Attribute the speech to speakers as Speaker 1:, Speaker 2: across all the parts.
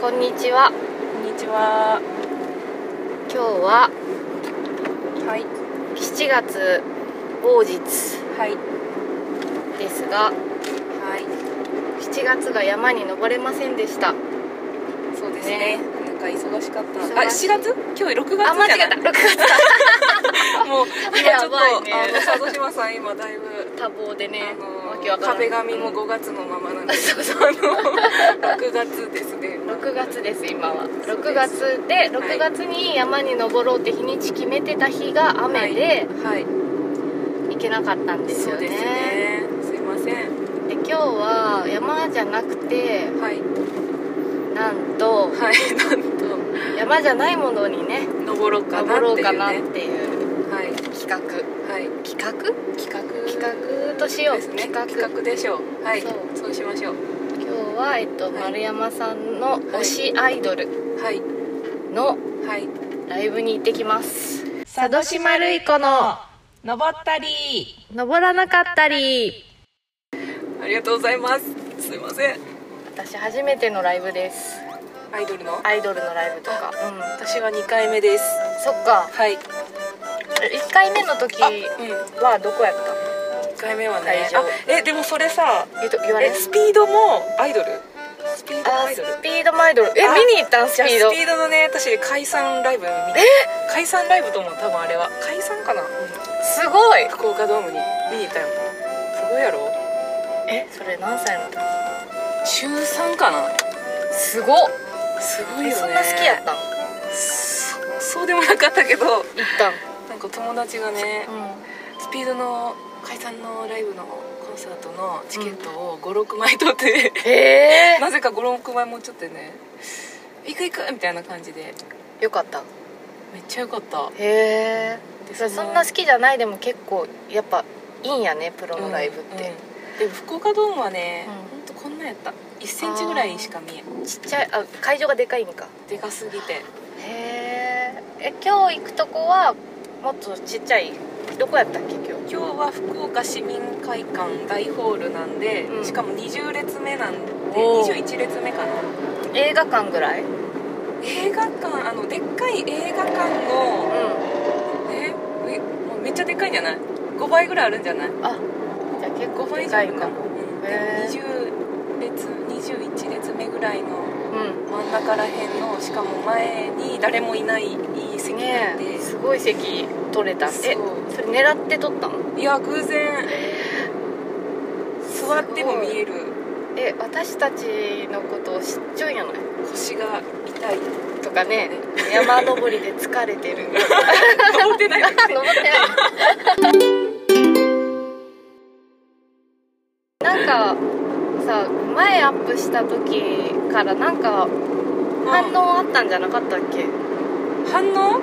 Speaker 1: こんにちは
Speaker 2: こんにちは。
Speaker 1: 今日は
Speaker 2: はい。
Speaker 1: 7月某日
Speaker 2: はい。はい。
Speaker 1: ですが7月が山に登れませんでしたあ
Speaker 2: そうです
Speaker 1: ね
Speaker 2: ね。なんか忙しかっ
Speaker 1: 忙
Speaker 2: た。あ、
Speaker 1: しい
Speaker 2: 4月？今日6月じゃない。
Speaker 1: 間違えた6月
Speaker 2: もう 今ちょっ
Speaker 1: や
Speaker 2: と、
Speaker 1: ばいね
Speaker 2: あの佐渡島さん今だいぶ。
Speaker 1: 多忙でね
Speaker 2: あの
Speaker 1: わけわからん
Speaker 2: 壁紙も5月のま まなんですけど、あの6月ですね
Speaker 1: 6月です今は
Speaker 2: です
Speaker 1: 6月で6月に山に登ろうって日にち決めてた日が雨で
Speaker 2: はい
Speaker 1: 行けなかったんです
Speaker 2: そ
Speaker 1: よ
Speaker 2: う
Speaker 1: ね,、
Speaker 2: ですねすいません
Speaker 1: で今日は山じゃなくて
Speaker 2: はい
Speaker 1: なんと
Speaker 2: はいなんと
Speaker 1: 山じゃないものにね
Speaker 2: 登ろうかな
Speaker 1: 登
Speaker 2: っ
Speaker 1: ろ
Speaker 2: て
Speaker 1: う
Speaker 2: い
Speaker 1: か
Speaker 2: う
Speaker 1: なっ
Speaker 2: ね
Speaker 1: ていう
Speaker 2: はい
Speaker 1: 企画
Speaker 2: はい
Speaker 1: 企画
Speaker 2: 企画
Speaker 1: 企画としよう
Speaker 2: ですね
Speaker 1: 企画
Speaker 2: 企画でしょうはい
Speaker 1: そう
Speaker 2: そうしましょう
Speaker 1: 今日は、えっと
Speaker 2: い
Speaker 1: 丸山さんの推しアイドル
Speaker 2: はい
Speaker 1: の
Speaker 2: はい
Speaker 1: ライブに行ってきます
Speaker 2: 佐渡島るい子の登ったり
Speaker 1: 登らなかったり
Speaker 2: ありがとうございますすいません
Speaker 1: 私初めてのライブです
Speaker 2: アイドルの
Speaker 1: アイドルのライブとかうん
Speaker 2: 私は2回目です
Speaker 1: そっか
Speaker 2: はい
Speaker 1: 1回目の時
Speaker 2: あうん
Speaker 1: はどこやっ
Speaker 2: 1回目はね
Speaker 1: 会場
Speaker 2: あえでもそれさ
Speaker 1: たえっと言われ
Speaker 2: え
Speaker 1: る
Speaker 2: スピードもアイドルスピード
Speaker 1: あ
Speaker 2: アイ
Speaker 1: ス
Speaker 2: ドル
Speaker 1: ピードアイドルえ
Speaker 2: あ
Speaker 1: 見に行ったんス
Speaker 2: じゃあ
Speaker 1: ピー
Speaker 2: ス
Speaker 1: ド
Speaker 2: ピードのね私解散ライブ見に解散ライブと思う多分あれは解散かな、うん
Speaker 1: すごい
Speaker 2: 福岡ドームに見に行ったよすごいやろ
Speaker 1: えそれ何歳の時
Speaker 2: 中3かな
Speaker 1: すごっ
Speaker 2: すご
Speaker 1: え
Speaker 2: いよね
Speaker 1: そんな好きやったん行っ
Speaker 2: そそうでもなかったけど
Speaker 1: たん
Speaker 2: なんか友達がね
Speaker 1: う
Speaker 2: スピードの解散のライブのコンサートのチケットを56枚取って、
Speaker 1: んへえ
Speaker 2: なぜか56枚持っちゃってね「行く行く!」みたいな感じで
Speaker 1: よかった
Speaker 2: めっちゃ良かった
Speaker 1: へえ
Speaker 2: で
Speaker 1: そ
Speaker 2: そ
Speaker 1: ん
Speaker 2: ん
Speaker 1: な
Speaker 2: な
Speaker 1: 好きじゃないでも結構やっぱいいんやねプロのライブって、
Speaker 2: うんでも福岡ドームはね、
Speaker 1: うん
Speaker 2: ほんとこんなんやった1センチぐらいしか見えん
Speaker 1: ちっちゃいあ会場がでかいんか
Speaker 2: でかすぎて
Speaker 1: へえ今日行くとこはもっとちっちゃいどこやったっけ今日
Speaker 2: 今日は福岡市民会館大ホールなんで、
Speaker 1: うん
Speaker 2: しかも20列目なんで
Speaker 1: おー
Speaker 2: 21列目かな
Speaker 1: 映画館ぐらいう
Speaker 2: 映画館あのでっかい映画館の
Speaker 1: ん
Speaker 2: ええもうめっちゃでかいんじゃない5倍ぐらいあるんじゃない
Speaker 1: あじゃあ結構
Speaker 2: 5
Speaker 1: で
Speaker 2: 倍以
Speaker 1: か
Speaker 2: 上
Speaker 1: いかも
Speaker 2: うんで
Speaker 1: へ
Speaker 2: 20列21列目ぐらいの
Speaker 1: うん
Speaker 2: 真ん中らへんのしかも前に誰もいないいい席
Speaker 1: ね
Speaker 2: なんで、
Speaker 1: えすごい席取れた
Speaker 2: そう
Speaker 1: えそれ狙って取ったの
Speaker 2: いや偶然座っても見える
Speaker 1: え私たちのことを知っちょいやない
Speaker 2: 腰が痛い
Speaker 1: とかね山登りで疲れてる
Speaker 2: 登ってないのに
Speaker 1: 登ってないなんかさ前アップした時からなんか反応あったんじゃなかったっけ
Speaker 2: 反応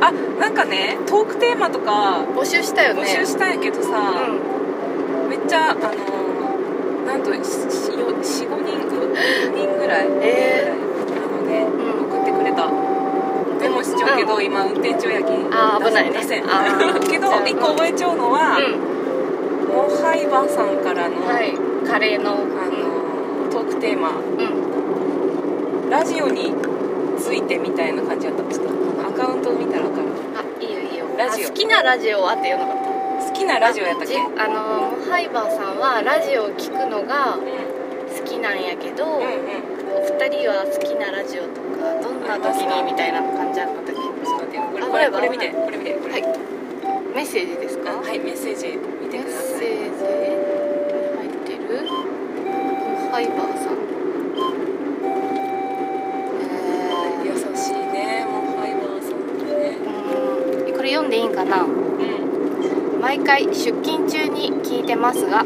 Speaker 2: あなんかねトークテーマとか
Speaker 1: 募集したよね
Speaker 2: 募集したんやけどさ、
Speaker 1: う
Speaker 2: めっちゃあのーなんと45人4人ぐらい、
Speaker 1: え
Speaker 2: なので、
Speaker 1: ん
Speaker 2: 送ってくれたでもしちゃうけど、
Speaker 1: う
Speaker 2: 今運転中やき
Speaker 1: あー危ないね
Speaker 2: 出せん
Speaker 1: あー
Speaker 2: けど
Speaker 1: じゃあ
Speaker 2: 一個覚えちゃうのは、
Speaker 1: ん、
Speaker 2: モハイバーさんからの,、
Speaker 1: うん、はいカレーの
Speaker 2: あのートークテーマ
Speaker 1: うん
Speaker 2: ラジオについてみたいな感じやったちょっとアカウントを見たら分かる
Speaker 1: あいいよいいよ
Speaker 2: ラジオ
Speaker 1: あ好きなラジオはっていうのが
Speaker 2: 好きなラジオやったっけ
Speaker 1: じあのハイバーさんはラジオを聞くのが
Speaker 2: う
Speaker 1: 好きなんやけど、
Speaker 2: んうんうん
Speaker 1: お二人は好きなラジオとかどんな時にみたいな感じだったっ
Speaker 2: ちょっと待ってよこれ
Speaker 1: あ
Speaker 2: これ
Speaker 1: こ
Speaker 2: こ
Speaker 1: れ
Speaker 2: れ見てこれ見てこ
Speaker 1: けは
Speaker 2: れ
Speaker 1: いメッセージですか
Speaker 2: あはいメッセージ見て
Speaker 1: メッ
Speaker 2: くだ
Speaker 1: セー
Speaker 2: さ
Speaker 1: ジ入っ
Speaker 2: い
Speaker 1: てるハイバーさんえ
Speaker 2: 優しいねもうファイバーさんだね
Speaker 1: ーうんこれ読んでいいんかな
Speaker 2: うん
Speaker 1: 毎回出勤中に聞いてますが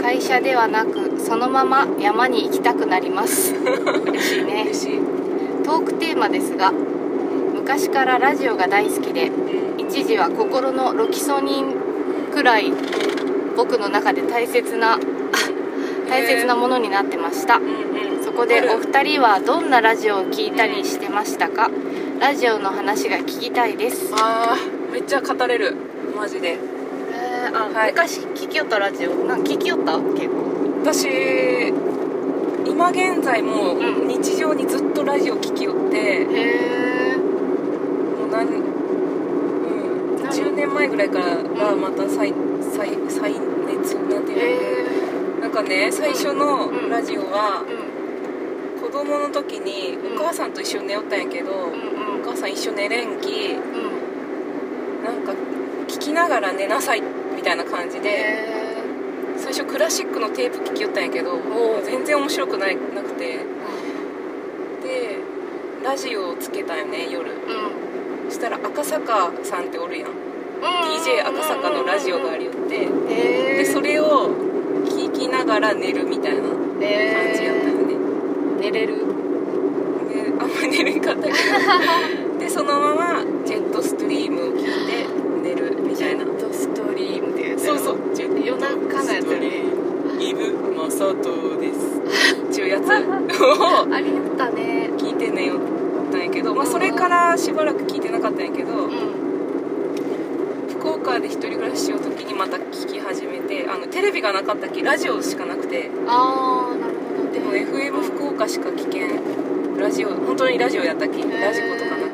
Speaker 1: 会社ではなくそのまま山に行きたくなります嬉しいね
Speaker 2: 嬉しいうん
Speaker 1: トークテーマですが昔からラジオが大好きで一時は心のロキソニンくらい僕の中で大切な大切なものになってました
Speaker 2: うんうん
Speaker 1: そこでお二人はどんなラジオを聞いたりしてましたかラジオの話が聞きたいです、
Speaker 2: あーめっちゃ語れるマジで
Speaker 1: あ
Speaker 2: はい
Speaker 1: 昔聞きよったラジオなんか聞きよった結構
Speaker 2: 私今今現在も
Speaker 1: うん
Speaker 2: 日常にずっとラジオ聞きよって
Speaker 1: へえ
Speaker 2: もう何、うん、
Speaker 1: 何
Speaker 2: 10年前ぐらいからはまた再再再熱になって
Speaker 1: へ
Speaker 2: る、
Speaker 1: え
Speaker 2: なんかね最初の
Speaker 1: うん
Speaker 2: ラジオは
Speaker 1: うん
Speaker 2: 子供の時に
Speaker 1: うん
Speaker 2: お母さんと一緒に寝よったんやけど、
Speaker 1: うん
Speaker 2: お母さん一緒寝れんき
Speaker 1: うんうん
Speaker 2: なんか聞きながら寝なさいみたいな感じで
Speaker 1: へ
Speaker 2: 最初クラシックのテープ聞きよったんやけど
Speaker 1: おう
Speaker 2: 全然面白くないなくて
Speaker 1: え
Speaker 2: でラジオをつけたんよね夜
Speaker 1: うんうん
Speaker 2: そしたら赤坂さんっておるやん DJ 赤坂のラジオがありよって
Speaker 1: へえ
Speaker 2: でそれを聞きながら寝るみたいな感じやったよね
Speaker 1: 寝れる
Speaker 2: であんまり寝れんかったけどでそのままジェットストリームを聞いて寝るみたいな
Speaker 1: ジェットストリームってやつや
Speaker 2: そ
Speaker 1: ろ
Speaker 2: うそうジェッ
Speaker 1: 夜中のやつやね
Speaker 2: イブ・マサトですっていうやつ を
Speaker 1: ありやったね
Speaker 2: 聞いて寝よったんやけど、まあ、それからしばらく聞いてなかったんやけど
Speaker 1: うん
Speaker 2: 福岡で一人暮らししようときにまた聞き始めてあのテレビがなかったきラジオしかなくて
Speaker 1: ああなるほど
Speaker 2: でも FM
Speaker 1: 岡
Speaker 2: 福岡しか聞けんラジオ本当にラジオやった
Speaker 1: ー
Speaker 2: きラジコとかなくて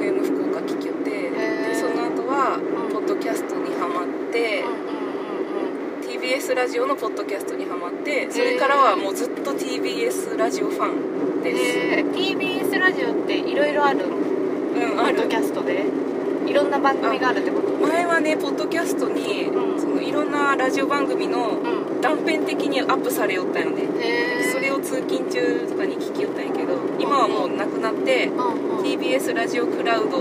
Speaker 2: FM 福岡聞きよって
Speaker 1: ー
Speaker 2: でその後はポッドキャストにハマって
Speaker 1: うんうんうんうん
Speaker 2: TBS ラジオのポッドキャストにハマってそれからはもうずっと TBS ラジオファンです、
Speaker 1: えー TBS ラジオっていろいろあるの
Speaker 2: うん
Speaker 1: ポ
Speaker 2: あ
Speaker 1: ッド
Speaker 2: る
Speaker 1: キャストでいろんな番組があるってこと
Speaker 2: 前はねポッドキャストに、
Speaker 1: うん
Speaker 2: そのいろんなラジオ番組の
Speaker 1: う
Speaker 2: 断片的にアップされよったよね
Speaker 1: んへ
Speaker 2: それを通勤中とかに聞きよったんやけど今はもうなくなって
Speaker 1: うんうん
Speaker 2: TBS ラジオクラウド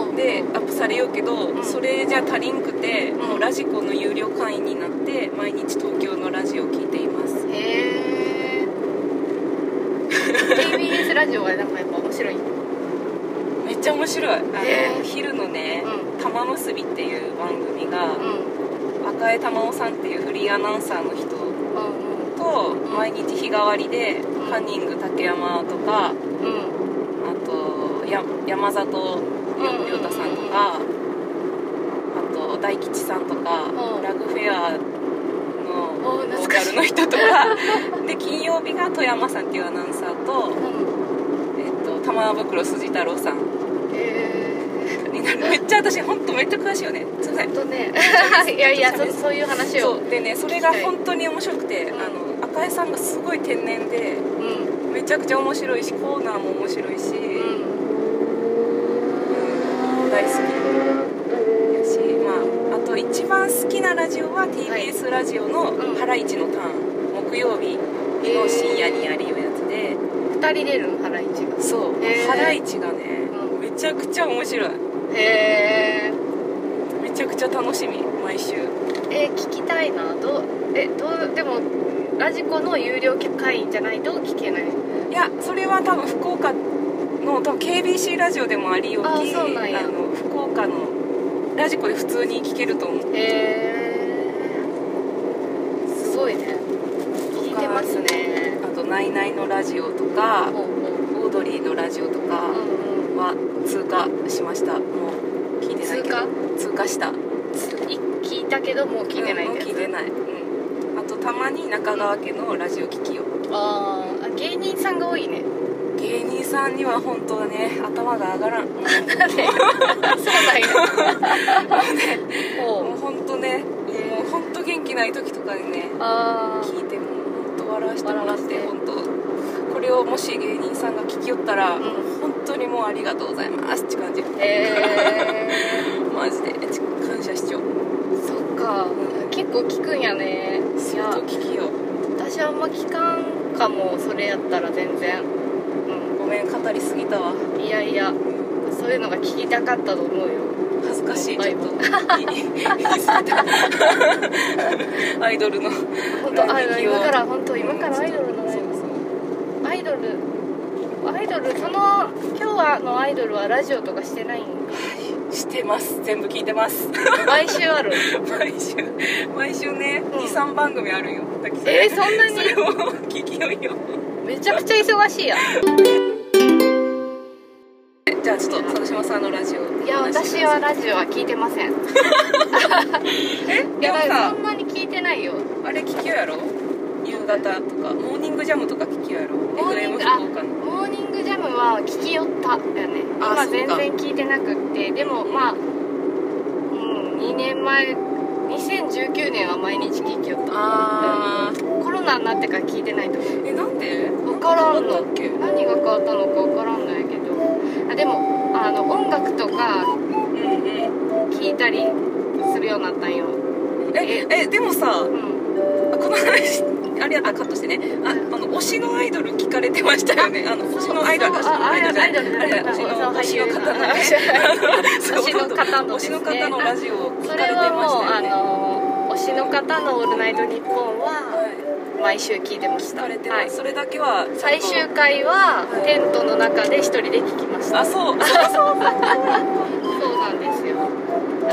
Speaker 1: うん
Speaker 2: でアップされようけど、
Speaker 1: ん
Speaker 2: それじゃ足りんくて、
Speaker 1: ん
Speaker 2: もうラジコの有料会員になって毎日東京のラジオを聞いています
Speaker 1: へえ TBS ラジオはなんかやっぱ面白いうん
Speaker 2: めっちゃ面白いあの、
Speaker 1: へー
Speaker 2: 昼のね
Speaker 1: う
Speaker 2: 「玉結び」っていう番組が、
Speaker 1: うん
Speaker 2: 赤江玉緒さんっていうフリーアナウンサーの人と毎日日替わりで、
Speaker 1: ん
Speaker 2: カンニング竹山とか
Speaker 1: うん
Speaker 2: あとや山里
Speaker 1: うん
Speaker 2: 亮太さんとか、あと大吉さんとか、
Speaker 1: うん
Speaker 2: ラグフェアの
Speaker 1: おー
Speaker 2: ボー
Speaker 1: 懐
Speaker 2: カ
Speaker 1: かしい
Speaker 2: ルの人とか で金曜日が富山さんっていうアナウンサーと,、
Speaker 1: うん
Speaker 2: えっと玉袋筋太郎さん
Speaker 1: へえ
Speaker 2: になるめっちゃ私本当めっちゃ詳しいよねすいません
Speaker 1: ほんとね いやいやそそういう話を
Speaker 2: そうでねそれが本当に面白くて、
Speaker 1: うん
Speaker 2: あの赤江さんがすごい天然で
Speaker 1: うん
Speaker 2: めちゃくちゃ面白いしコーナーも面白いし、
Speaker 1: うん
Speaker 2: 大好きやし、まあ、あと一番好きなラジオは TBS ラジオ
Speaker 1: うん
Speaker 2: の「ハライチのターン」木曜日の深夜にやるよやつで
Speaker 1: 二人出るのハライチが
Speaker 2: そう
Speaker 1: へー
Speaker 2: ハライチがね
Speaker 1: う
Speaker 2: めちゃくちゃ面白い
Speaker 1: へえ
Speaker 2: めちゃくちゃ楽しみ毎週
Speaker 1: えー聞きたいなどうえどうでもラジコの有料会員じゃないと聞けない
Speaker 2: いやそれは多分福岡の多分 KBC ラジオでもありよき
Speaker 1: あそうなんや
Speaker 2: あの福岡のラジコで普通に聞けると思う
Speaker 1: へえすごいね聞いてますね
Speaker 2: あと「ナイナイのラジオ」とか
Speaker 1: ほうほう
Speaker 2: オードリーのラジオとか
Speaker 1: うんうん
Speaker 2: は通過しましたもう聞いてない
Speaker 1: 通
Speaker 2: けど
Speaker 1: 過
Speaker 2: 通過した
Speaker 1: い聞いたけどもう聞いてない
Speaker 2: うんん
Speaker 1: だ
Speaker 2: も
Speaker 1: よ、
Speaker 2: う聞いてない、うん、あとたまに中川家のラジオ聞きよ
Speaker 1: あーあ芸人さんが多いね
Speaker 2: 芸人さんには本当はね頭が上がらんも
Speaker 1: そうなんやほ
Speaker 2: う
Speaker 1: う
Speaker 2: 本当ねもう本当元気ない時とかにね
Speaker 1: あー
Speaker 2: 聞いても本当笑わせてもらっ
Speaker 1: 笑わせ
Speaker 2: て
Speaker 1: て
Speaker 2: 本当これをもし芸人さんが聞きよったら、
Speaker 1: ん
Speaker 2: 本当にもうありがとうございますって感じ
Speaker 1: え
Speaker 2: マジでち感謝しちゃう
Speaker 1: ー、そっか結構聞くんやねい
Speaker 2: 相
Speaker 1: や
Speaker 2: 当聞きよ
Speaker 1: 私はあんま聞かんかもそれやったら全然、
Speaker 2: ごめん語りすぎたわ
Speaker 1: うん、いやいやそういうのが聞きたかったと思うよ
Speaker 2: 恥ずかしい
Speaker 1: バ
Speaker 2: ち
Speaker 1: イ
Speaker 2: ょっ
Speaker 1: バ
Speaker 2: と
Speaker 1: イ
Speaker 2: 言い言い過ぎたアイドルの
Speaker 1: 本当あ
Speaker 2: 来歴を
Speaker 1: 今から本当今からアイドルのライブアイドルアイドルその今日はのアイドルはラジオとかしてないん
Speaker 2: してます全部聞いてます
Speaker 1: 毎週 ある
Speaker 2: 毎週毎週ね、
Speaker 1: うん
Speaker 2: 23番組あるよだけど
Speaker 1: えー、そんな
Speaker 2: それ
Speaker 1: に
Speaker 2: を聞きよいよ
Speaker 1: めちゃくちゃ忙しいやん
Speaker 2: じゃあちょっと佐島さんのラジオ
Speaker 1: いや私はラジオは聞いてません
Speaker 2: え
Speaker 1: い
Speaker 2: で
Speaker 1: や
Speaker 2: も
Speaker 1: だから
Speaker 2: さ
Speaker 1: そんなに聞いてないよ
Speaker 2: あれ聞きよやろ You ク型とかモーニングジャムとか聞きやろ
Speaker 1: モーニン
Speaker 2: FM
Speaker 1: グ
Speaker 2: 福岡の
Speaker 1: モーニングジャムは聞き寄ったよね今
Speaker 2: あそっ
Speaker 1: 全
Speaker 2: か
Speaker 1: 然聞いてなくってでもまあ、うん、2年前2019年は毎日聞きよった
Speaker 2: あ
Speaker 1: コロナになってから聞いてないと思
Speaker 2: ーえなんで
Speaker 1: う分からん
Speaker 2: なんだっ
Speaker 1: の
Speaker 2: け
Speaker 1: 何が変わったのか分からんのやけどあでもあの音楽とか
Speaker 2: うんうん
Speaker 1: 聞いたりするようになったんよ、
Speaker 2: ええでもさ
Speaker 1: うん、
Speaker 2: あこの話あれやったらカットしてねああの推しのアイドル聞かれてましたよねあの推しのアイドル
Speaker 1: そう
Speaker 2: 推しのアイドルじゃ
Speaker 1: あア
Speaker 2: ない
Speaker 1: イドルじゃない
Speaker 2: あれだ推しの推しの方のね
Speaker 1: 推しの方の
Speaker 2: 推
Speaker 1: です
Speaker 2: し
Speaker 1: ね
Speaker 2: の方のラジオを聞
Speaker 1: そ
Speaker 2: かれ
Speaker 1: れ
Speaker 2: てま
Speaker 1: はもう
Speaker 2: した
Speaker 1: あ
Speaker 2: よね
Speaker 1: の推しの方の「オールナイトニッポン」は
Speaker 2: はい
Speaker 1: 毎週聞いてまし
Speaker 2: 聞
Speaker 1: た
Speaker 2: かれて
Speaker 1: は
Speaker 2: ま
Speaker 1: い
Speaker 2: すそれだけはちゃ
Speaker 1: 最
Speaker 2: んと
Speaker 1: 終回は
Speaker 2: はい
Speaker 1: テントの中で一人で聞きました
Speaker 2: あそうそうそう
Speaker 1: そうなんですよ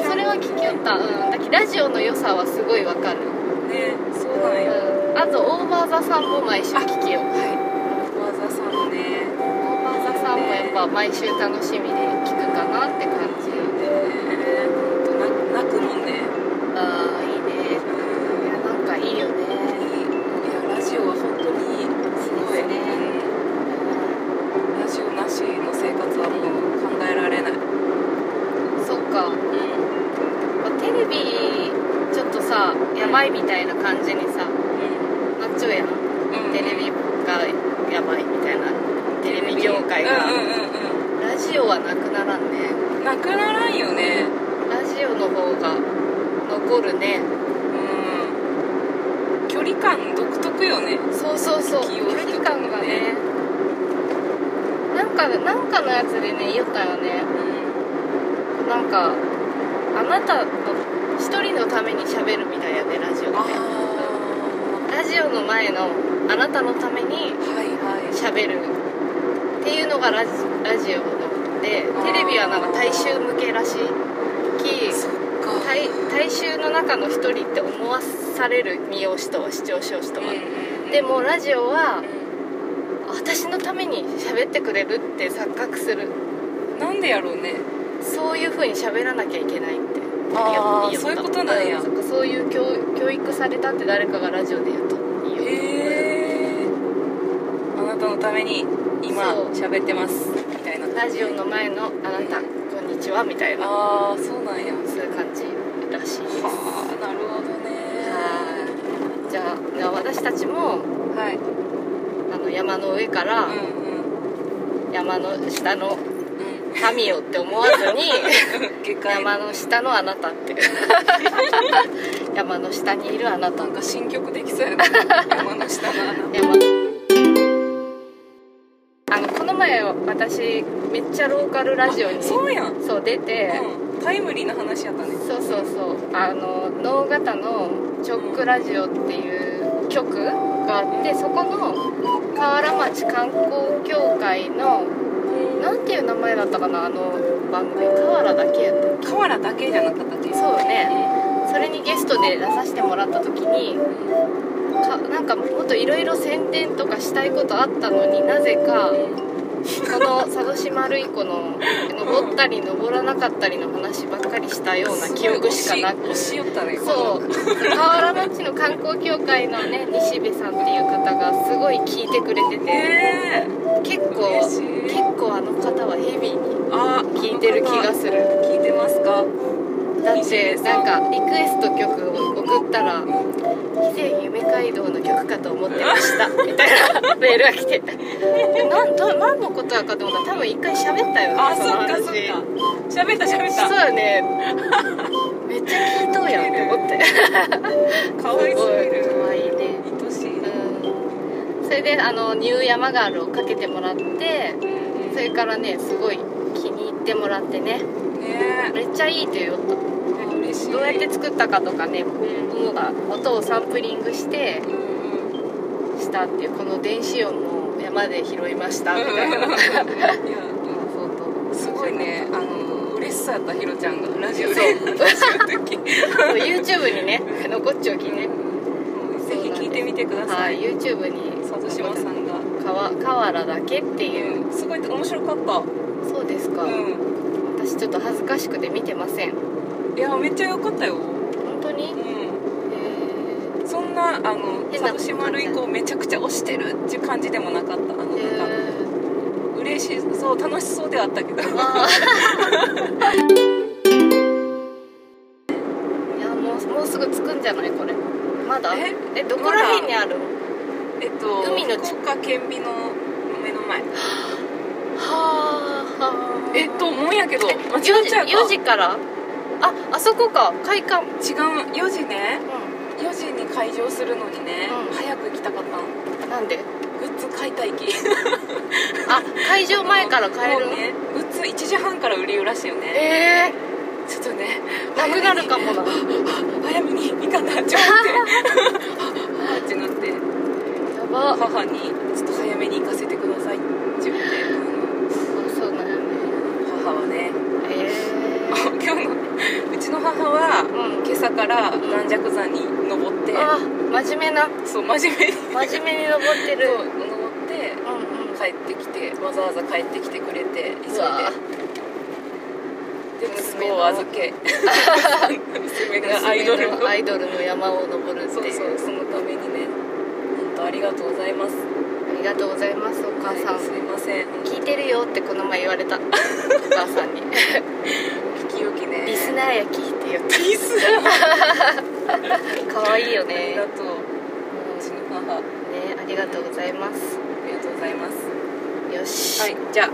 Speaker 1: それは聞きよったうんだけどラジオの良さはすごいわかる、
Speaker 2: ねそうなんよ
Speaker 1: うん、あとオーバーザさんも毎週聞きよう
Speaker 2: はい小技さんのね
Speaker 1: オーバーザさんもやっぱ毎週楽しみで聞くかなって感じ
Speaker 2: えーとな泣くもんね
Speaker 1: ああいいねいやなんかいいよね
Speaker 2: いやラジオは本当にす
Speaker 1: そ
Speaker 2: ごい
Speaker 1: うですね
Speaker 2: うんラジオなしの生活はもう考えられない、うん、
Speaker 1: そっかまあテレビちょっとさやばいみたいな感じにさなっちょうやんテレビがやばいみたいなテレビ業界が、
Speaker 2: うんうんうん
Speaker 1: ラジオはなくならんね
Speaker 2: うんなくならんよね
Speaker 1: ラジオの方が残るね
Speaker 2: うん距離感独特よね
Speaker 1: そうそうそう
Speaker 2: 気
Speaker 1: 距
Speaker 2: を引く
Speaker 1: 離感がね
Speaker 2: ね
Speaker 1: なんかなんかのやつでね言ったよね
Speaker 2: うん
Speaker 1: なんかあなたの一人のために喋るみたいやねラジオって
Speaker 2: は
Speaker 1: ラジオの前のあなたのために
Speaker 2: いはい
Speaker 1: 喋るっていうのがラジラジオのでテレビはなんか大衆向けらしいき
Speaker 2: そっか
Speaker 1: 大大衆の中の一人って思わされる見よう人は視聴者人は、
Speaker 2: うん
Speaker 1: でもラジオ
Speaker 2: う
Speaker 1: は
Speaker 2: ん
Speaker 1: 私のために喋ってくれるって錯覚する
Speaker 2: なんでやろうね
Speaker 1: そういう風に喋らなきゃいけないって
Speaker 2: あ
Speaker 1: 言
Speaker 2: ー
Speaker 1: った
Speaker 2: そういうことなんや
Speaker 1: うんそっかそういう教教育されたって誰かがラジオで言ったいいよ
Speaker 2: へえあなたのために今
Speaker 1: そう
Speaker 2: 喋ってますみたいな
Speaker 1: ラジオの前のあなたこんにちはみたいな
Speaker 2: ああそうなんや
Speaker 1: そういう感じらしいです
Speaker 2: はあなるほどね
Speaker 1: じゃあじゃあ私たちも
Speaker 2: はい
Speaker 1: あの山の上から
Speaker 2: うん
Speaker 1: 山の下の
Speaker 2: うん
Speaker 1: 民よって思わず に
Speaker 2: うん下界
Speaker 1: 山の下のあなたって 山の下にいるあなた
Speaker 2: なんか新曲できそうやな山の下の穴
Speaker 1: 山あのこの前私めっちゃローカル ラジオに
Speaker 2: あそうやん、
Speaker 1: そう出て、
Speaker 2: うん、タイムリーな話やったね
Speaker 1: そうそうそうあの能形の「チョックラジオ」っていう曲があってそこの河原町観光協会のなんていう名前だったかなあの番組河原だけやった
Speaker 2: 河原だけじゃなかったっけ
Speaker 1: そうねそれにゲストで出させてもらった時にかなんかもっといろいろ宣伝とかしたいことあったのになぜかこの佐渡島るい子の登ったり登らなかったりの話ばっかりしたような記憶しかなく
Speaker 2: 押し寄ったね
Speaker 1: そう河原町の観光協会のね西部さんっていう方がすごい聞いてくれて
Speaker 2: う
Speaker 1: て
Speaker 2: ええ
Speaker 1: 結構
Speaker 2: 嬉しい
Speaker 1: 結構あの方はヘビーに
Speaker 2: あ
Speaker 1: 聞いてる気がする
Speaker 2: 聞いてますか
Speaker 1: だっ
Speaker 2: 西
Speaker 1: て
Speaker 2: 部
Speaker 1: な
Speaker 2: さ
Speaker 1: ん
Speaker 2: ん
Speaker 1: かリクエスト曲を送ったら「以前夢街道の曲かと思ってま した」みたいなメールが来てでなんど何のことやかと思ったら多分一回喋ったよね
Speaker 2: あそっ
Speaker 1: の
Speaker 2: かそっ
Speaker 1: 話
Speaker 2: か喋った喋っ
Speaker 1: そう
Speaker 2: た
Speaker 1: よねめっちゃ聞いとうやんって思って
Speaker 2: 可愛すぎる
Speaker 1: かわいいね
Speaker 2: 愛しい
Speaker 1: うんそれであのニューヤマガールをかけてもらってそれからねすごい気に入ってもらってね
Speaker 2: ね
Speaker 1: めっちゃいいって言おった
Speaker 2: え嬉しい
Speaker 1: どうやって作ったかとかねものが音をサンプリングして
Speaker 2: うんうん
Speaker 1: したっていうこの電子音を山で拾いましたみたいな
Speaker 2: いやうん
Speaker 1: そうそう
Speaker 2: すごいねあの嬉しそうやったひろちゃんがラジオで
Speaker 1: そう
Speaker 2: ラジオの時
Speaker 1: そう YouTube にね残っちょうきね
Speaker 2: うんぜひ聞いてみてくださ
Speaker 1: はいい YouTube に
Speaker 2: 佐渡島さんが
Speaker 1: かわ河原だけっていう
Speaker 2: うんすごい面白かった
Speaker 1: そうですか
Speaker 2: うん
Speaker 1: 私ちょっと恥ずかしくて見てません
Speaker 2: いやめっちゃ良かったよ
Speaker 1: 本当に
Speaker 2: うん
Speaker 1: えー
Speaker 2: そんななあの
Speaker 1: 変な
Speaker 2: サブシマル以降めちゃくちゃ推してるっていう感じでもなかったあのなんか嬉しそう楽しそうでは あったけど
Speaker 1: いやもうもうすぐ着くんじゃないこれまだ
Speaker 2: え
Speaker 1: えどこら辺にあるの
Speaker 2: えっと
Speaker 1: 海の
Speaker 2: 福岡県美の目の前
Speaker 1: はあは
Speaker 2: えっと思うんやけど
Speaker 1: え
Speaker 2: 間
Speaker 1: 4
Speaker 2: 違っちゃう
Speaker 1: 時4時からああそこか会館
Speaker 2: 時違う4時ね
Speaker 1: う
Speaker 2: 4時に開場するのにね、
Speaker 1: うん
Speaker 2: 早く行きたかったの
Speaker 1: んなんで
Speaker 2: グッズ買いたい気
Speaker 1: あ会場前から帰る
Speaker 2: もうねグッズ1時半から売り売らしいよね
Speaker 1: ええ
Speaker 2: ちょっとね
Speaker 1: ー、なくなるかもな
Speaker 2: 早めに行かなって思ってってなって
Speaker 1: やば
Speaker 2: 母に「ちょっと早めに行かせてください」って言って
Speaker 1: そうなんやね
Speaker 2: うん母はね
Speaker 1: ええー、
Speaker 2: 今日のうちの母は
Speaker 1: うん
Speaker 2: 今朝から軟弱山に登って
Speaker 1: あ真面目な
Speaker 2: そう真面目に
Speaker 1: 真面目に登ってる
Speaker 2: そう登って
Speaker 1: うんうん
Speaker 2: 帰ってきてわざわざ帰ってきてくれて急いう
Speaker 1: わ
Speaker 2: でで息子を預け娘がアイドルを
Speaker 1: 娘のアイドルの山を登るって
Speaker 2: そう
Speaker 1: いう
Speaker 2: そうそのためにね本当ありがとうございます
Speaker 1: ありがとうございますお母さん、
Speaker 2: はいすいません
Speaker 1: 聞いてるよってこの前言わ れたお母さんに
Speaker 2: 聞きよきね
Speaker 1: リスナーや聞いてよっ
Speaker 2: リスナー
Speaker 1: て可愛いよ
Speaker 2: あり
Speaker 1: ね
Speaker 2: がとううちの母あ
Speaker 1: ねありがとうございます
Speaker 2: りがとうございます
Speaker 1: よし、
Speaker 2: はいじゃあ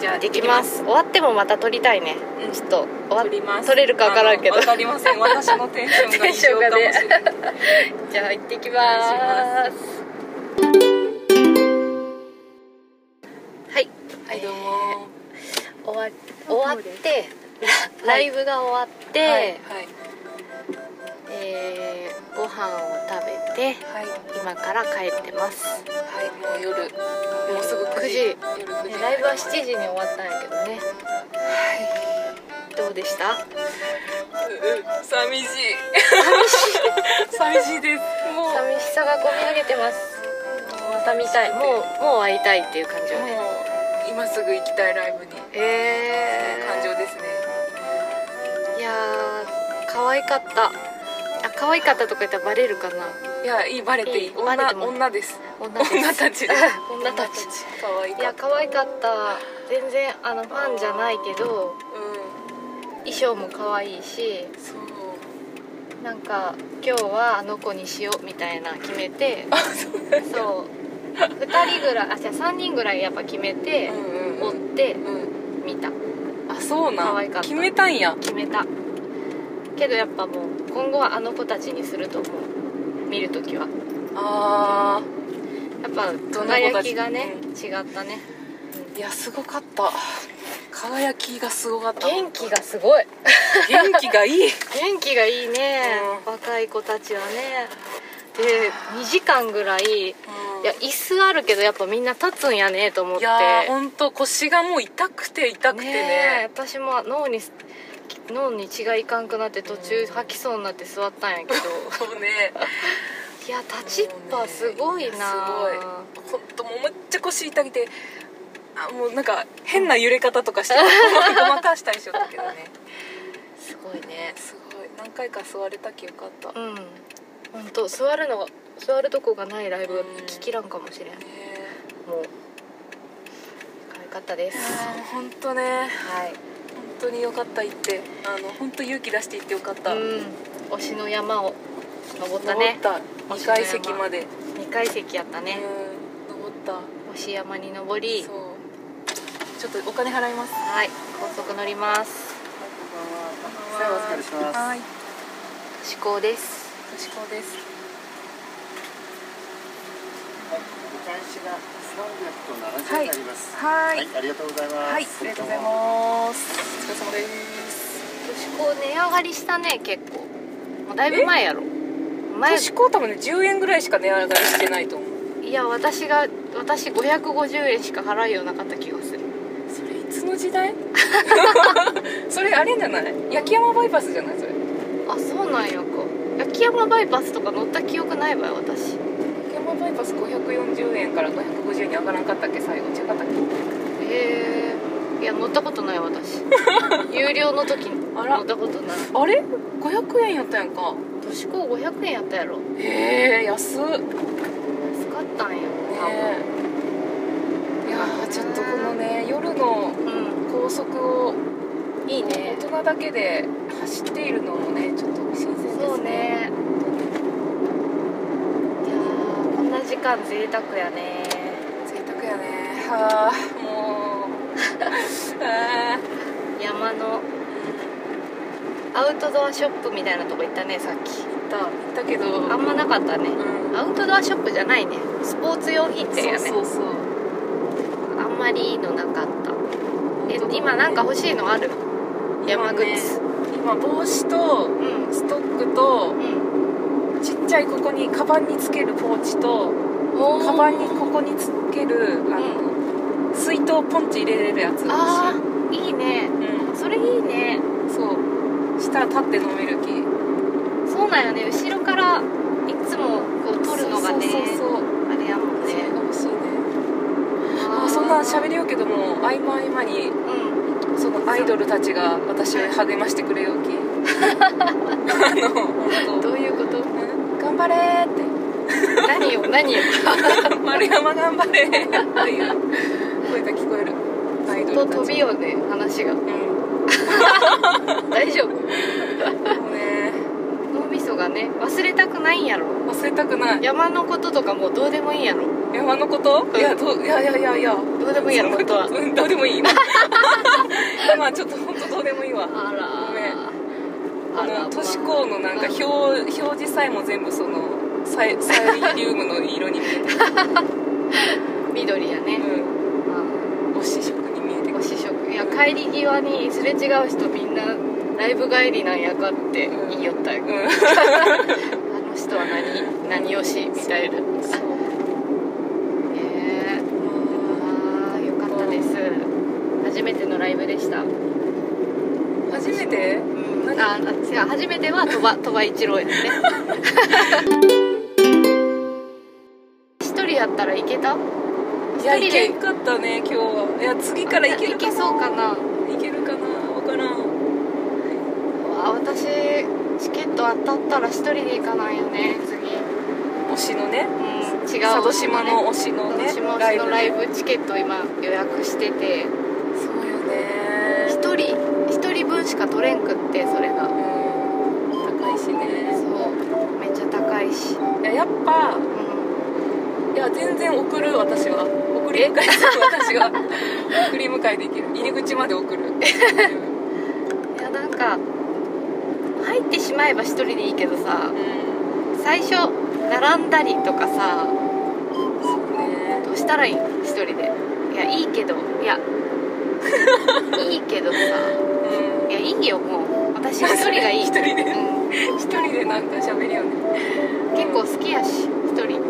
Speaker 2: じゃあ
Speaker 1: できます終わってもまた撮りたいね
Speaker 2: うん
Speaker 1: ちょっと終わ
Speaker 2: 撮ります
Speaker 1: 撮れるかわからんけど
Speaker 2: あのわかりません私のテンションが異常かもしれない
Speaker 1: じゃあ行ってき
Speaker 2: お
Speaker 1: ま
Speaker 2: 願
Speaker 1: ー
Speaker 2: いし
Speaker 1: すはい
Speaker 2: はいどうも
Speaker 1: 終わ終わってラライブが終わって、
Speaker 2: はいはい
Speaker 1: えーご飯を食べて
Speaker 2: はい
Speaker 1: 今から帰ってます、
Speaker 2: はいもう夜もうすぐ9
Speaker 1: 夜
Speaker 2: 時夜9
Speaker 1: ね
Speaker 2: 時
Speaker 1: ライブは7時に終わったんやけどねどうでした
Speaker 2: うん寂 しい寂しい寂しいですもうも
Speaker 1: 寂しさがこみ上げてますまた見たいもうもう会いたいっていう感じよね
Speaker 2: う今すぐ行きたいライブに
Speaker 1: えー、
Speaker 2: 感情ですね
Speaker 1: いやー可愛かったあ可愛かったとか言ったらバレるかない
Speaker 2: やいいバレていい
Speaker 1: いいバレ
Speaker 2: 女
Speaker 1: ても
Speaker 2: 女です
Speaker 1: 女です
Speaker 2: 女たちです
Speaker 1: 女たち
Speaker 2: 可愛い
Speaker 1: いや可愛かった全然あのファンじゃないけど
Speaker 2: う
Speaker 1: 衣装も可愛いし
Speaker 2: んそう
Speaker 1: なんか今日はあの子にしようみたいな決めて
Speaker 2: あそうなんだ
Speaker 1: そう2人ぐらいあじゃあ3人ぐらいやっぱ決めて
Speaker 2: うん
Speaker 1: 追
Speaker 2: う
Speaker 1: っ
Speaker 2: ん
Speaker 1: て
Speaker 2: うん
Speaker 1: 見た
Speaker 2: あそうな
Speaker 1: 可愛か
Speaker 2: ん
Speaker 1: った
Speaker 2: 決めたんや
Speaker 1: 決めたけどやっぱもう今後はあの子たちにすると思う見るときは
Speaker 2: あ
Speaker 1: やっぱ
Speaker 2: どんな子
Speaker 1: 輝
Speaker 2: た
Speaker 1: き
Speaker 2: ち
Speaker 1: がね
Speaker 2: う
Speaker 1: 違ったね
Speaker 2: ーいやすごかった輝きがすごかった
Speaker 1: 元気がすごい
Speaker 2: 元気がい い
Speaker 1: 元気がいいね、
Speaker 2: うん
Speaker 1: 若い子たちはねで2時間ぐらいい
Speaker 2: うん
Speaker 1: や椅子あるけどやっぱみんな立つんやねと思っ
Speaker 2: い
Speaker 1: て
Speaker 2: やー本当腰がもう痛くて痛くて
Speaker 1: ねえ
Speaker 2: ね
Speaker 1: 私も脳に脳に血がいかんくなって途中吐きそうになって座ったんや けど
Speaker 2: そうね
Speaker 1: いや立ちっぱすごいな
Speaker 2: すごい本当もうめっちゃ腰痛くてあもうなんか変な揺れ方とかしてごまかしたりしよったけどね
Speaker 1: すごいね
Speaker 2: すごい何回か座れたきよかった、
Speaker 1: うん本当座るのが座るとこがないライブ聞きらんかもしれん
Speaker 2: ね
Speaker 1: もう可愛かったで
Speaker 2: え
Speaker 1: す
Speaker 2: あー本当ね
Speaker 1: はい
Speaker 2: 本当によかった行ってあの本当勇気出して行ってよかった、
Speaker 1: うん推しの山を登った
Speaker 2: 登っ
Speaker 1: ね
Speaker 2: た2階席まで、
Speaker 1: 二階席やったね
Speaker 2: うん登った
Speaker 1: 推し山に登り
Speaker 2: そうちょっとお金払います
Speaker 1: はい高速乗ります
Speaker 3: こんばんは。お疲れします。
Speaker 2: はい
Speaker 1: 至高です
Speaker 2: 私こうです
Speaker 3: お返しが370円になります。
Speaker 2: は
Speaker 3: はい、ありがとうございます。
Speaker 2: はい、ありがとうございます。お疲れ様です。
Speaker 1: 年子値上がりしたね結構もうだいぶ前やろ前
Speaker 2: 年子多分ね、10円ぐらいしか値上がりしてないと思う。
Speaker 1: いや私が私550円しか払いようなかった気がする
Speaker 2: それいつの時代？ それあれじゃない？焼山バイパスじゃないそれ？
Speaker 1: あそうなんやか焼山バイパスとか乗った記憶ないわよ私
Speaker 2: 焼山バイパス540円から550円に上がらんかったっけ最後違かったっけ？
Speaker 1: へえいや乗ったことない 私有料の時に乗
Speaker 2: あら
Speaker 1: ったことない
Speaker 2: あれ？500円やったやんか。
Speaker 1: 都市高500円やったやろ
Speaker 2: えー、安っね
Speaker 1: 安かったんや
Speaker 2: いやーちょっとこのね夜の
Speaker 1: 多分
Speaker 2: 高速を
Speaker 1: うんいい
Speaker 2: 大
Speaker 1: ね
Speaker 2: 人だけで走っているのもねちょっと新鮮ですね
Speaker 1: そうねいやーこんな時間贅沢やね
Speaker 2: 贅沢やねはあも うあー
Speaker 1: 山のアウトドアショップみたいなとこ行ったねさっき
Speaker 2: だだけど
Speaker 1: あんまなかったね
Speaker 2: うん
Speaker 1: アウトドアショップじゃないねスポーツ用品店やね
Speaker 2: そうそうそう
Speaker 1: あんまりいいのなかったえ今なんか欲しいのある山口、
Speaker 2: 今帽子と
Speaker 1: うん
Speaker 2: ストックと
Speaker 1: うん
Speaker 2: ちっちゃいここにカバンにつけるポーチと
Speaker 1: おー
Speaker 2: カバンにここにつけるあの、水筒ポンチ入れれるやつ
Speaker 1: あ
Speaker 2: 欲し
Speaker 1: ーいいね
Speaker 2: いうん
Speaker 1: それいいね
Speaker 2: そうしたら立って飲める気
Speaker 1: そうなんよね後ろからいつもこう撮るのがね
Speaker 2: そうそうそうそう
Speaker 1: あれやもん
Speaker 2: そ
Speaker 1: ね
Speaker 2: れが欲しいねあそんな喋りようけども合間合間に
Speaker 1: うん
Speaker 2: そのアイドルたちが私を励ましてくれようきあの本
Speaker 1: どういうこと
Speaker 2: 当うん頑張れーって
Speaker 1: 何よ 何よ
Speaker 2: 丸山頑張れっていう声が聞こえるアイド
Speaker 1: と
Speaker 2: ルた
Speaker 1: 飛
Speaker 2: ち
Speaker 1: びよね話が
Speaker 2: うん
Speaker 1: 大丈夫
Speaker 2: もうね
Speaker 1: 脳みそがね忘れたくないんやろ
Speaker 2: 忘れたくない
Speaker 1: 山のこととかもうどうでもいいんやろ
Speaker 2: 山のこと、
Speaker 1: うん
Speaker 2: いやどういやいやいやいや
Speaker 1: どうでもいいやろ本当は
Speaker 2: うんどうでもいいまあちょっと本当どうでもいいわ
Speaker 1: あ
Speaker 2: ごめん
Speaker 1: ら
Speaker 2: あ
Speaker 1: らま
Speaker 2: の都市高のなんか表表示さえも全部そのサイサイリウムの色に見えてく
Speaker 1: 緑やね
Speaker 2: る、うん、お試食に見えてく
Speaker 1: ご
Speaker 2: る
Speaker 1: 試食いや帰り際にすれ違う人みんなライブ帰りなんやかって言いよったよ、
Speaker 2: うん
Speaker 1: あの人は何何よしみたいなへ
Speaker 2: そう
Speaker 1: えあーよかったです初めてのライブでした、うん、
Speaker 2: 初めて何
Speaker 1: ああ違う初めては鳥羽鳥羽一郎やね 一人やったらいけた
Speaker 2: いや
Speaker 1: 一人で
Speaker 2: 行けんかったね今日はいや次から行け
Speaker 1: い
Speaker 2: るか
Speaker 1: け
Speaker 2: な
Speaker 1: そうかな
Speaker 2: 行けるかなわからん
Speaker 1: あ私チケット当たったら一人で行かないよね次
Speaker 2: 推しのね
Speaker 1: うん、違う
Speaker 2: 佐渡島の推しの
Speaker 1: 佐渡
Speaker 2: ね
Speaker 1: 島
Speaker 2: ラ
Speaker 1: 推
Speaker 2: イ
Speaker 1: し
Speaker 2: ブ
Speaker 1: のライブチケットを今予約してて
Speaker 2: そうよね
Speaker 1: 一人一人分しか取れんくってそれが
Speaker 2: うん高いしね
Speaker 1: そうめっちゃ高いし、
Speaker 2: いややっぱ
Speaker 1: う
Speaker 2: いや全然送る私は送り迎えする私は 送り迎えできる入り口まで送るうん
Speaker 1: ん、いやなんか入ってしまえば一人でいいけどさ最初並んだりとかさ
Speaker 2: そうね
Speaker 1: どうしたらいい一人でいやいいけどい やいいけどさ
Speaker 2: うん
Speaker 1: いやいいよもう私一人が いい
Speaker 2: 一人で
Speaker 1: うん
Speaker 2: 一人でなんか喋るよね
Speaker 1: 結構好きやし一人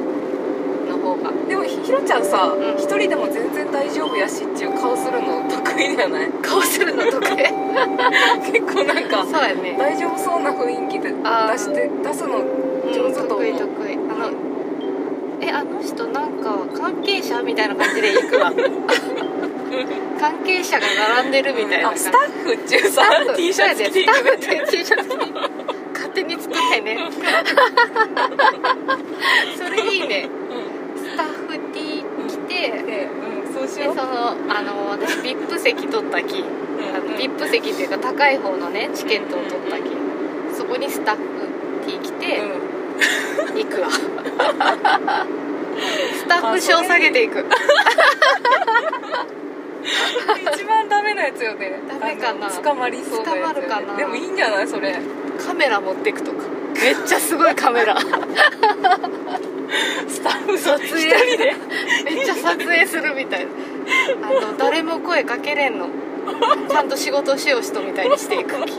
Speaker 1: の方が
Speaker 2: でもひひろちゃんさ
Speaker 1: うん
Speaker 2: 一人でも全然大丈夫やしっていう顔するの得意じゃない
Speaker 1: 顔するの得意
Speaker 2: 結構なんか
Speaker 1: そうやね
Speaker 2: 大丈夫そうな雰囲気で出
Speaker 1: あー
Speaker 2: して出すの
Speaker 1: うん
Speaker 2: 上手と思
Speaker 1: 得
Speaker 2: う
Speaker 1: 意得意あのえあの人なんか関係者みたいな感じで行く わ関係者が並んでるみたいな
Speaker 2: あ
Speaker 1: 感じ
Speaker 2: スタッフっちゅうさ T シャツ着ていく
Speaker 1: そうや
Speaker 2: ね
Speaker 1: ねスタッフって T シャツ着て勝手に作ってね それいいねスタッフ T 着て
Speaker 2: でうんそうし
Speaker 1: で
Speaker 2: よ
Speaker 1: そうのあの私 VIP 席取ったきあ
Speaker 2: う
Speaker 1: の
Speaker 2: ん
Speaker 1: VIP 席っていうか高い方のねチケットを取ったきそこにスタッフ T 着て
Speaker 2: うん
Speaker 1: 行くわスタッフ賞下げていく
Speaker 2: 一番ダメなやつよね
Speaker 1: ダメかな
Speaker 2: あの捕まりそうなやつよ
Speaker 1: 捕
Speaker 2: ね
Speaker 1: まるかな
Speaker 2: でもいいんじゃないそれ
Speaker 1: カメラ持ってくとかめっちゃすごいカメラ
Speaker 2: スタッフ
Speaker 1: 撮影
Speaker 2: 一人で
Speaker 1: めっちゃ撮影するみたいなあの誰も声かけれんのちゃんと仕事しよう人みたいに していくき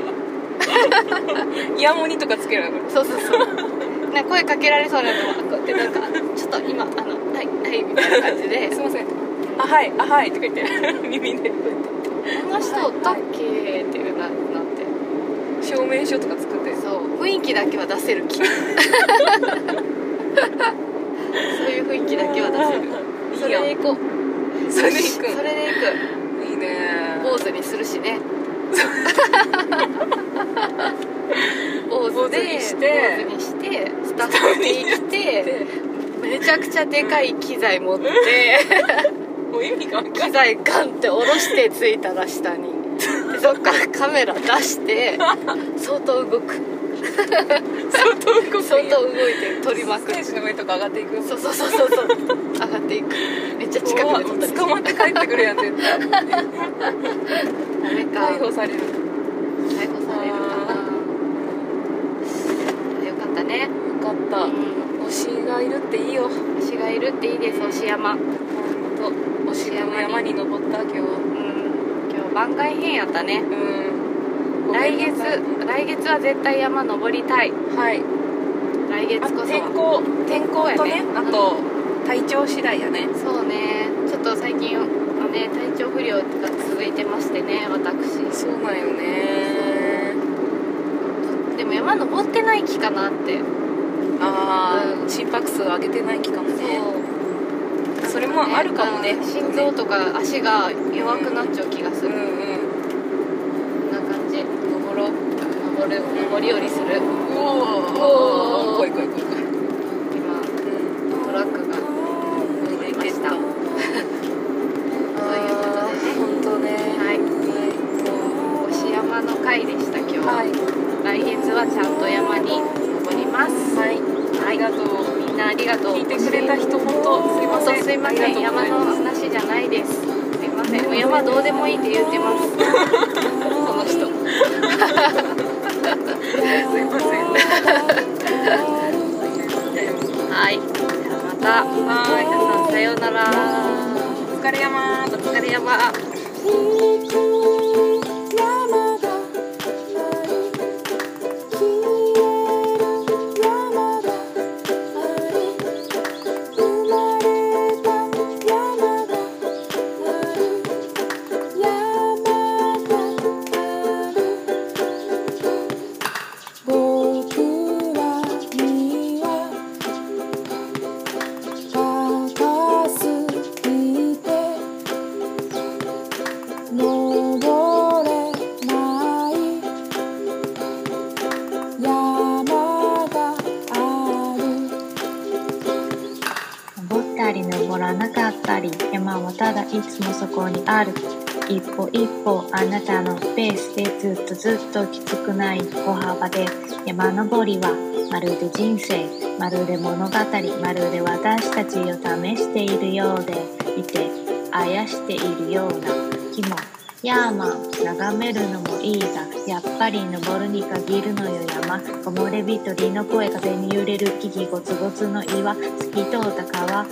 Speaker 2: イ ヤモニとかつけるの
Speaker 1: そうそうそうなんか声かけられそうなのこうやってなんかちょっと今あのはいはいみたいな感じで
Speaker 2: えすいませんあはいあはいとか言って耳で
Speaker 1: この人おったっけっていうななって
Speaker 2: 証明書とか作って
Speaker 1: そう雰囲気だけは出せ る気そういう雰囲気だけは出せる
Speaker 2: 出
Speaker 1: そ
Speaker 2: いいや
Speaker 1: れで
Speaker 2: ん
Speaker 1: 行こう
Speaker 2: それで
Speaker 1: それ
Speaker 2: 行
Speaker 1: で行
Speaker 2: くいいね
Speaker 1: く坊主にするしね坊
Speaker 2: 坊
Speaker 1: 主
Speaker 2: 主
Speaker 1: で
Speaker 2: にして
Speaker 1: 坊主にしてスタッフに来て
Speaker 2: で
Speaker 1: めちゃくちゃでかい機材持 って
Speaker 2: もう意味がわかんな
Speaker 1: 機
Speaker 2: い
Speaker 1: 材ガンって下ろしてついたら下にでそっからカメラ出して相当動く
Speaker 2: 相当動く
Speaker 1: 相当動いて撮りま
Speaker 2: ス
Speaker 1: く
Speaker 2: テー
Speaker 1: る
Speaker 2: ジの上とか上がっていく
Speaker 1: そうそうそうそうそう上がっていくめっちゃ近くで撮ったりして
Speaker 2: 捕まって帰ってくるやん絶
Speaker 1: ダ
Speaker 2: 対
Speaker 1: メか
Speaker 2: 逮捕される
Speaker 1: 逮捕されるか
Speaker 2: あ
Speaker 1: なよかったね
Speaker 2: よかっ
Speaker 1: う
Speaker 2: た
Speaker 1: ん
Speaker 2: 推しがいるっていいよ
Speaker 1: 推しがいるっていいです推し山うん
Speaker 2: 本当推しの山に登った今日
Speaker 1: 今日番外編やったね
Speaker 2: うん
Speaker 1: 来月来月は絶対山登りたい
Speaker 2: はい
Speaker 1: 来月
Speaker 2: あ
Speaker 1: こそ
Speaker 2: 天
Speaker 1: は
Speaker 2: 候
Speaker 1: 天候や
Speaker 2: と
Speaker 1: ね
Speaker 2: ねあと体調次第やね
Speaker 1: そうねちょっと最近はね体調不良が続いてましてね私
Speaker 2: そうなんよね
Speaker 1: でも山登ってない気かなって
Speaker 2: あ
Speaker 1: う
Speaker 2: あ
Speaker 1: ん
Speaker 2: 心拍数上げてない期間もねそれもあるかもね
Speaker 1: なん心臓とか足が弱くなっちゃう気がす
Speaker 2: う
Speaker 1: る、
Speaker 2: んうん
Speaker 1: こんな感じ
Speaker 2: 登ろう
Speaker 1: 登る登り降りする
Speaker 2: お
Speaker 1: おー
Speaker 2: お来い来い来い来い
Speaker 1: 今トラックが動いてました
Speaker 2: ということでね
Speaker 1: はい星山の会でした今日、
Speaker 2: はい
Speaker 1: 来月はちゃんと山に登ります
Speaker 2: はい
Speaker 1: ありがとうみんなありがとう
Speaker 2: 聞いてくれた人本当すいま
Speaker 1: 本
Speaker 2: せ
Speaker 1: 当
Speaker 2: ん
Speaker 1: すいま
Speaker 2: あ
Speaker 1: せ
Speaker 2: りがと
Speaker 1: ん山
Speaker 2: うござい
Speaker 1: の
Speaker 2: ます
Speaker 1: 話じゃないですすいませんもう山どうでもいいって言ってますこの人
Speaker 2: すいませ
Speaker 1: はいじゃあまた
Speaker 2: んはい
Speaker 1: 皆さんさようなら
Speaker 2: お疲れ山
Speaker 1: お疲れ山
Speaker 4: 君と山がない消える山があり生まれた山がある山がある僕らには高すぎて登れない山がある
Speaker 5: 登ったり登らなかったり山はただいつもそこにある一歩一歩あなたのペースでずっとずっときつくない歩幅で山登りはまるで人生まるで物語まるで私たちを試しているようでいてあやしているような気もヤーマン眺めるのもいいがやっぱり登るに限るのよ山木漏れ日鳥の声風に揺れる木々ゴツゴツの岩透き通った川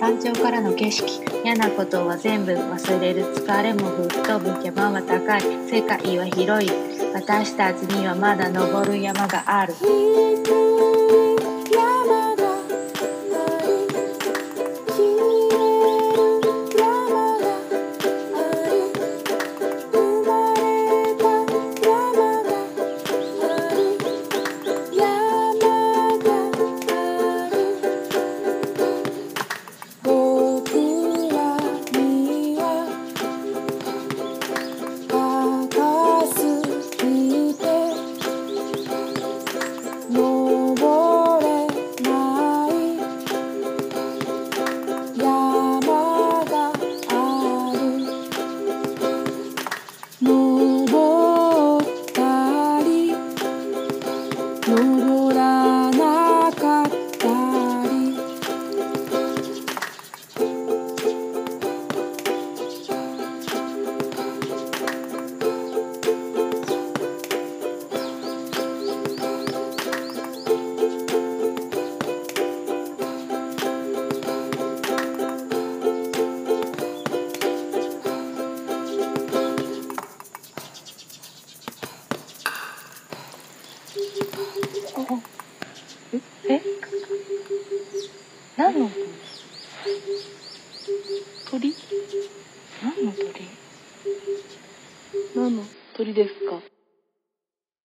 Speaker 5: 山頂からの景色嫌なことは全部忘れる疲れも吹っ飛ぶ山は高い世界は広い私たちにはまだ登る山がある
Speaker 4: 低い山があり消える山があり生まれた山がある山がある僕らには高すぎて登れない山がある登ったり登らなかったり
Speaker 5: え何の鳥何の鳥何の鳥ですか